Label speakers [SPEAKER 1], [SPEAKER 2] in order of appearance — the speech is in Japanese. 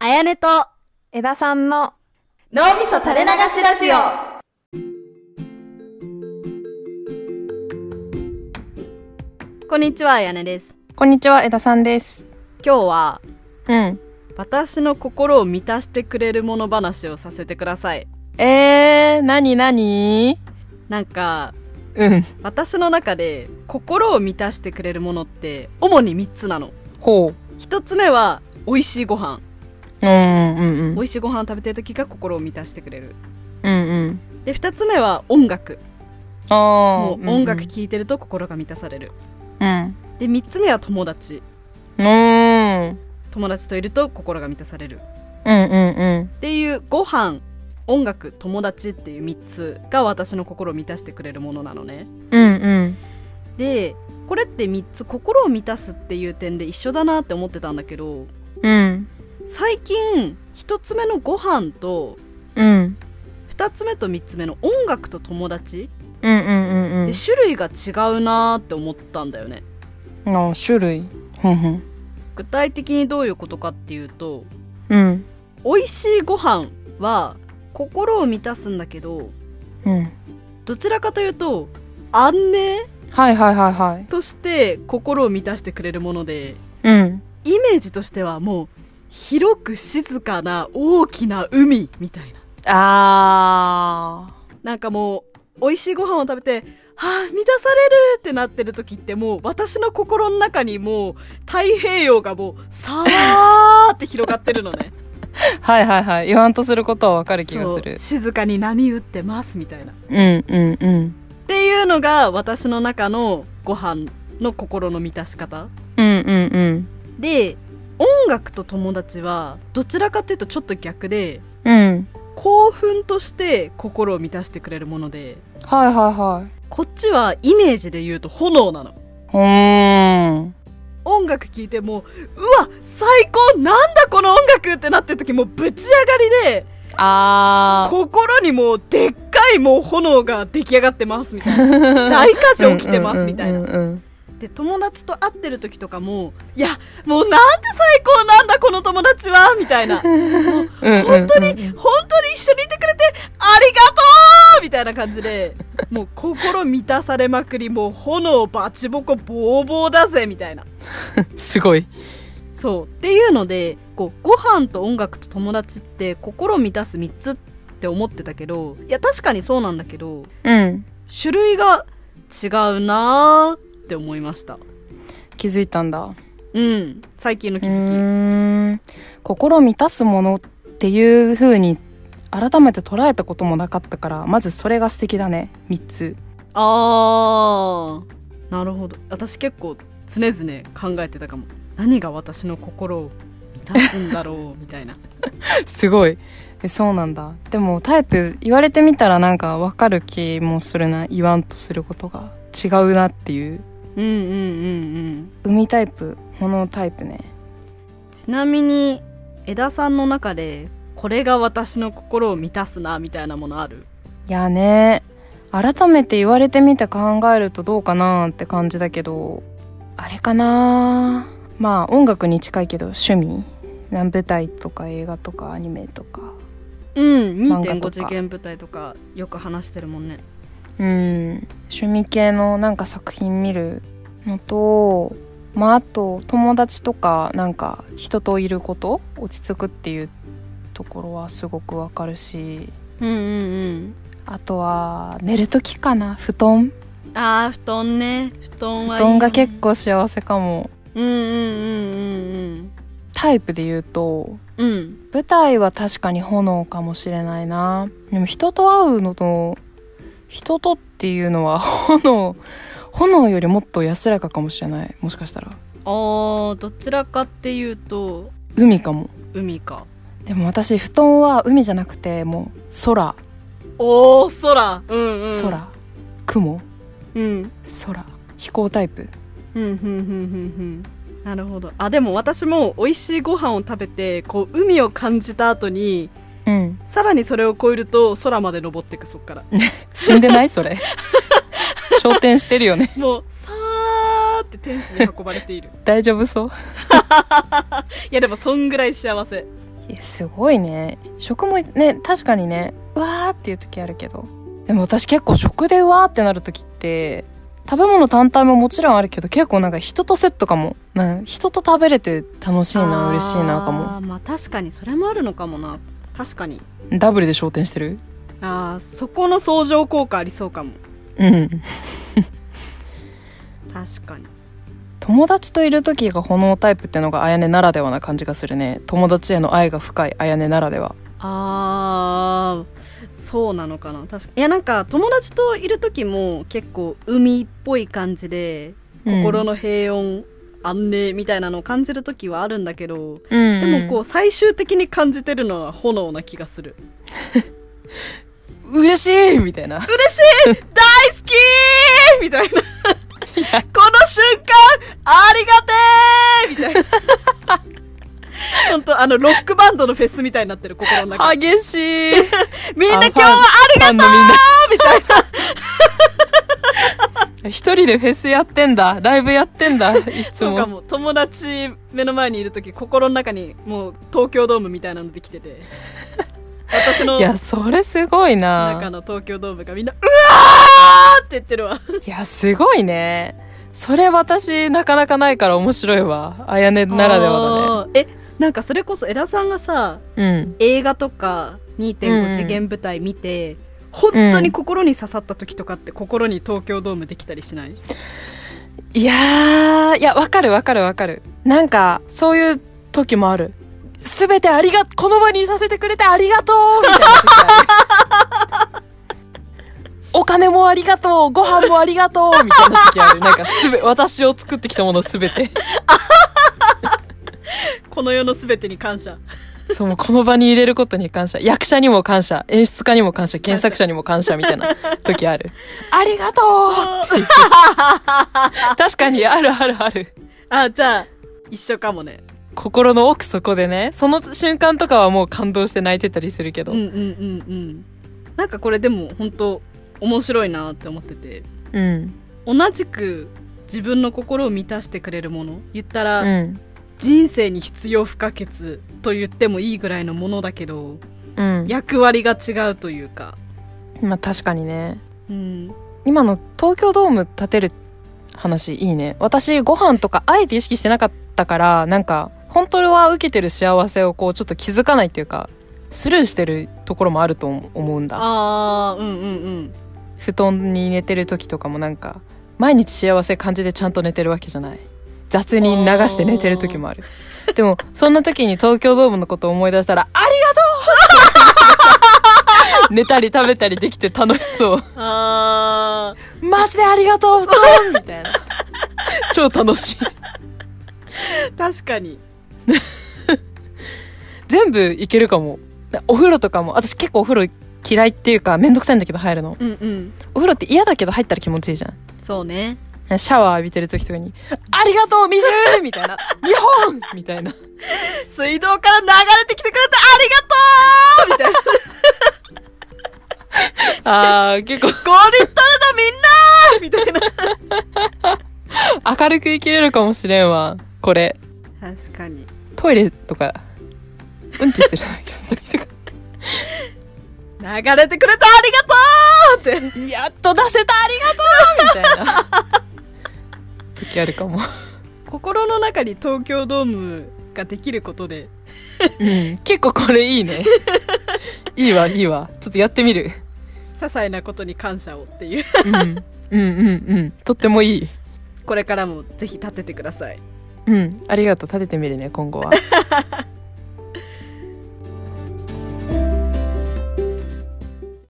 [SPEAKER 1] やねと、
[SPEAKER 2] 枝さんの
[SPEAKER 1] 脳みそ垂れ流しラジオ。こんにちは、あやねです。
[SPEAKER 2] こんにちは枝さんです
[SPEAKER 1] 今日は、
[SPEAKER 2] うん
[SPEAKER 1] 私の心を満たしてくれるもの話をさせてください。
[SPEAKER 2] えー、なになに
[SPEAKER 1] なんか、
[SPEAKER 2] うん
[SPEAKER 1] 私の中で、心を満たしてくれるものって、主に3つなの。
[SPEAKER 2] ほ
[SPEAKER 1] 1つ目は、美味しいご飯。
[SPEAKER 2] ううんうんうん
[SPEAKER 1] 美味しいご飯を食べてる時が心を満たしてくれる。
[SPEAKER 2] うんうん
[SPEAKER 1] で、2つ目は、音楽。
[SPEAKER 2] ああ
[SPEAKER 1] もう音楽聴いてると心が満たされる。
[SPEAKER 2] うん
[SPEAKER 1] で、3つ目は友達。
[SPEAKER 2] うんうん
[SPEAKER 1] 友達といると心が満たされるっ
[SPEAKER 2] うんうん
[SPEAKER 1] ていうご飯音楽友達っていう3つが私の心を満たしてくれるものなのね
[SPEAKER 2] うんうん
[SPEAKER 1] でこれって3つ心を満たすっていう点で一緒だなって思ってたんだけど
[SPEAKER 2] うん
[SPEAKER 1] 最近1つ目のご飯と
[SPEAKER 2] うん
[SPEAKER 1] 2つ目と3つ目の音楽と友達
[SPEAKER 2] うんうんうんうん
[SPEAKER 1] で種類が違うなって思ったんだよね
[SPEAKER 2] の種類ふんふん
[SPEAKER 1] 具体的にどういうことかっていうと
[SPEAKER 2] うん
[SPEAKER 1] 美味しいご飯は心を満たすんだけど
[SPEAKER 2] うん
[SPEAKER 1] どちらかというと安寧
[SPEAKER 2] はいはいはいはい
[SPEAKER 1] として心を満たしてくれるもので
[SPEAKER 2] うん
[SPEAKER 1] イメージとしてはもう広く静かな大きな海みたいな
[SPEAKER 2] あ
[SPEAKER 1] なんかもう美味しいご飯を食べてはあ満たされるってなってる時ってもう私の心の中にもう太平洋がもうさーって広がってるの ね
[SPEAKER 2] ーはいはいはい言わんとすることはわかる気がす
[SPEAKER 1] そ
[SPEAKER 2] る
[SPEAKER 1] う静かに波打ってますみたいなっ
[SPEAKER 2] うんうんうん
[SPEAKER 1] ていうのが私の中のご飯の心の満たし方
[SPEAKER 2] うんうんうん
[SPEAKER 1] で音楽と友達はどちらかというとちょっと逆で
[SPEAKER 2] うん
[SPEAKER 1] 興奮として心を満たしてくれるもので
[SPEAKER 2] はいはいはい
[SPEAKER 1] こっちはイメージで言うと炎なの
[SPEAKER 2] うーん
[SPEAKER 1] 音楽聴いてもううわ最高なんだこの音楽ってなってる時もうぶち上がりで
[SPEAKER 2] あー
[SPEAKER 1] 心にもうでっかいもう炎が出来上がってますみたい な大火事起きてますみたい
[SPEAKER 2] うん
[SPEAKER 1] な
[SPEAKER 2] うんうん
[SPEAKER 1] で友達と会ってる時とかもいやもうなんて最高なんだこの友達はみたいな
[SPEAKER 2] うん
[SPEAKER 1] 本当に、本当に一緒にいてくれてありがとうみたいな感じで もう心満たされまくりもう炎バチボコボーボーだぜみたいな
[SPEAKER 2] すごい
[SPEAKER 1] そうっていうのでこうご飯と音楽と友達って心満たす3つって思ってたけどいや確かにそうなんだけど
[SPEAKER 2] うん
[SPEAKER 1] 種類が違うなーって思いました
[SPEAKER 2] 気づいたんだ
[SPEAKER 1] うん最近の気
[SPEAKER 2] う
[SPEAKER 1] づき
[SPEAKER 2] ーん心満たすものっていう風に改めて捉えたこともなかったからまずそれが素敵だね3つ
[SPEAKER 1] あーなるほど私結構常々考えてたかも何が私の心を満たすんだろうみたいな
[SPEAKER 2] すごいえそうなんだでもタイプ言われてみたらなんか分かる気もするな言わんとすることが違うなっていう
[SPEAKER 1] うんうんうんうん
[SPEAKER 2] 海タイプ炎タイプね
[SPEAKER 1] ちなみに枝さんの中でこれが私の心を満たすなみたいなものある
[SPEAKER 2] いやね改めて言われてみて考えるとどうかなって感じだけどあれかなまあ音楽に近いけど趣味な舞台とか映画とかアニメとか
[SPEAKER 1] うん
[SPEAKER 2] 漫画
[SPEAKER 1] 2.5
[SPEAKER 2] とか
[SPEAKER 1] 次元舞台とかよく話してるもんね
[SPEAKER 2] うん趣味系のなんか作品見るのとまああと友達とかなんか人といること落ち着くっていうところはすごくわかるし
[SPEAKER 1] うんうん
[SPEAKER 2] あとは寝る時かな布団
[SPEAKER 1] うんあー布団ね布団は
[SPEAKER 2] 布
[SPEAKER 1] いいよね
[SPEAKER 2] 団が結構幸せかも。
[SPEAKER 1] うんうんうん
[SPEAKER 2] タイプで言うと
[SPEAKER 1] うんうんうん
[SPEAKER 2] 舞台は確かに炎かもしれないなでも人と会うのと人とっていうのは炎炎よりもっと安らかかもしれないもしかしたら
[SPEAKER 1] あーどちらかっていうと
[SPEAKER 2] 海かも
[SPEAKER 1] 海か
[SPEAKER 2] でも私布団は海じゃなくてもう空
[SPEAKER 1] おー空うんうん
[SPEAKER 2] 空、雲
[SPEAKER 1] うん
[SPEAKER 2] 空飛行タイプ
[SPEAKER 1] ふんふんふんふんふんなるほどあでも私も美味しいご飯を食べてこう海を感じた後に
[SPEAKER 2] うん
[SPEAKER 1] さらにそれを超えると空まで登ってくそっから
[SPEAKER 2] 死んでない それ昇天してるよね
[SPEAKER 1] もうさーって天使に運ばれている
[SPEAKER 2] 大丈夫そう
[SPEAKER 1] いやでもそんぐらい幸せ
[SPEAKER 2] いいやすごいね食もね確かにねうわーっていう時あるけどでも私結構食でうわーってなる時って食べ物単体ももちろんあるけど結構なんか人とセットかも、うん、人と食べれて楽しいな嬉しいなかも
[SPEAKER 1] あーまあ確かにそれもあるのかもな確かに
[SPEAKER 2] ダブルで昇天してる
[SPEAKER 1] あーそこの相乗効果ありそうかも
[SPEAKER 2] うん
[SPEAKER 1] 確かに
[SPEAKER 2] 友達といる時が炎タイプってのがあやねならではな感じがするね友達への愛が深いあやねならでは
[SPEAKER 1] あーそうなのかな確かいやなんか友達といる時も結構海っぽい感じで心の平穏、安寧みたいなのを感じる時はあるんだけど
[SPEAKER 2] うん、
[SPEAKER 1] でもこう最終的に感じてるのは炎な気がする
[SPEAKER 2] うん嬉しいみたいな
[SPEAKER 1] 大好きーみたいな この瞬間ありがてーみたいな 本当あのロックバンドのフェスみたいになってる心の中
[SPEAKER 2] 激しい
[SPEAKER 1] みんな今日
[SPEAKER 2] あ
[SPEAKER 1] は
[SPEAKER 2] りがとうみたいな 一人でフェスやってんだライブやってんだいつ
[SPEAKER 1] そう
[SPEAKER 2] も
[SPEAKER 1] かも友達目の前にいる時心の中にもう東京ドームみたいなのできて て私の
[SPEAKER 2] いやそれすごい
[SPEAKER 1] 中
[SPEAKER 2] な
[SPEAKER 1] の東京ドームがみんな「うわー!」って言ってるわ
[SPEAKER 2] いやすごいねそれ私なかなかないから面白いわあやねならで
[SPEAKER 1] だ
[SPEAKER 2] は
[SPEAKER 1] ねえなんかそれこそ江田さんがさ
[SPEAKER 2] だね
[SPEAKER 1] 映画とか
[SPEAKER 2] うん
[SPEAKER 1] 2.5次元舞台見て、本当に心に刺さった時とかって心に東京ドームできたりしない、
[SPEAKER 2] うんいやーいやわかるわかるわかるなんかそういう時もあるすべてありがこの場にいさせてくれてありがとうみたいな時あるお金もありがとうご飯もありがとうみたいな時あるなんかすべ私を作ってきたものすべて
[SPEAKER 1] この世の全てに感謝
[SPEAKER 2] そう、もうこの場に入れることに感謝。役者にも感謝。演出家にも感謝。検索者にも感謝みたいな時ある。ありがとうっていう確かにあるあるある。
[SPEAKER 1] あじゃあ一緒かもね
[SPEAKER 2] 心の奥底でね、その瞬間とかはもう感動して泣いてたりするけど。
[SPEAKER 1] うんうんうんうんなんかこれでも本当面白いなって思ってて
[SPEAKER 2] うん。
[SPEAKER 1] 同じく自分の心を満たしてくれるもの言ったら、
[SPEAKER 2] うん。
[SPEAKER 1] 人生に必要不可欠と言ってもいいぐらいのものだけど
[SPEAKER 2] うん。
[SPEAKER 1] 役割が違うというか、
[SPEAKER 2] まあ確かにね。
[SPEAKER 1] うん、
[SPEAKER 2] 今の東京ドーム建てる話いいね私ご飯とかあえて意識してなかったからなんか本当は受けてる幸せをこうちょっと気づかないっていうかスルーしてるところもあると思うんだ
[SPEAKER 1] ああうんうんうん
[SPEAKER 2] 布団に寝てる時とかもなんか毎日幸せ感じでちゃんと寝てるわけじゃない雑に流して寝てる時もあるでもそんな時に東京ドームのことを思い出したら「あり がとう! 」寝たり食べたりできて楽しそう
[SPEAKER 1] あー
[SPEAKER 2] マジでありがとう、布団 みたいな。超楽しい。
[SPEAKER 1] 確かに
[SPEAKER 2] 全部いけるかも。お風呂とかも、私結構お風呂嫌いっていうか、めんどくさいんだけど入るの。
[SPEAKER 1] うんうん
[SPEAKER 2] お風呂って嫌だけど入ったら気持ちいいじゃん。
[SPEAKER 1] そうね
[SPEAKER 2] シャワー浴びてる時とかに、ありがとう、水みたいな。日本みたいな。
[SPEAKER 1] 水道から流れてきてくれてありがとうみた いな
[SPEAKER 2] あー、結構
[SPEAKER 1] 5リットルのみんなみたいな
[SPEAKER 2] 明るく生きれるかもしれんわ。これ。
[SPEAKER 1] 確かに
[SPEAKER 2] トイレとか、うんちしてる時とか。
[SPEAKER 1] 流れてくれてありがとうって
[SPEAKER 2] やっと出せた、ありがとうみたいな。 時あるかも。
[SPEAKER 1] 心の中に東京ドームができることで
[SPEAKER 2] うん、結構これいいね。いいわ、いいわ。ちょっとやってみる。
[SPEAKER 1] 些細なことに感謝をっていう
[SPEAKER 2] うん、うん、うん、うん。とってもいい。
[SPEAKER 1] これからもぜひ立ててください
[SPEAKER 2] うん、ありがとう。立ててみるね、今後は。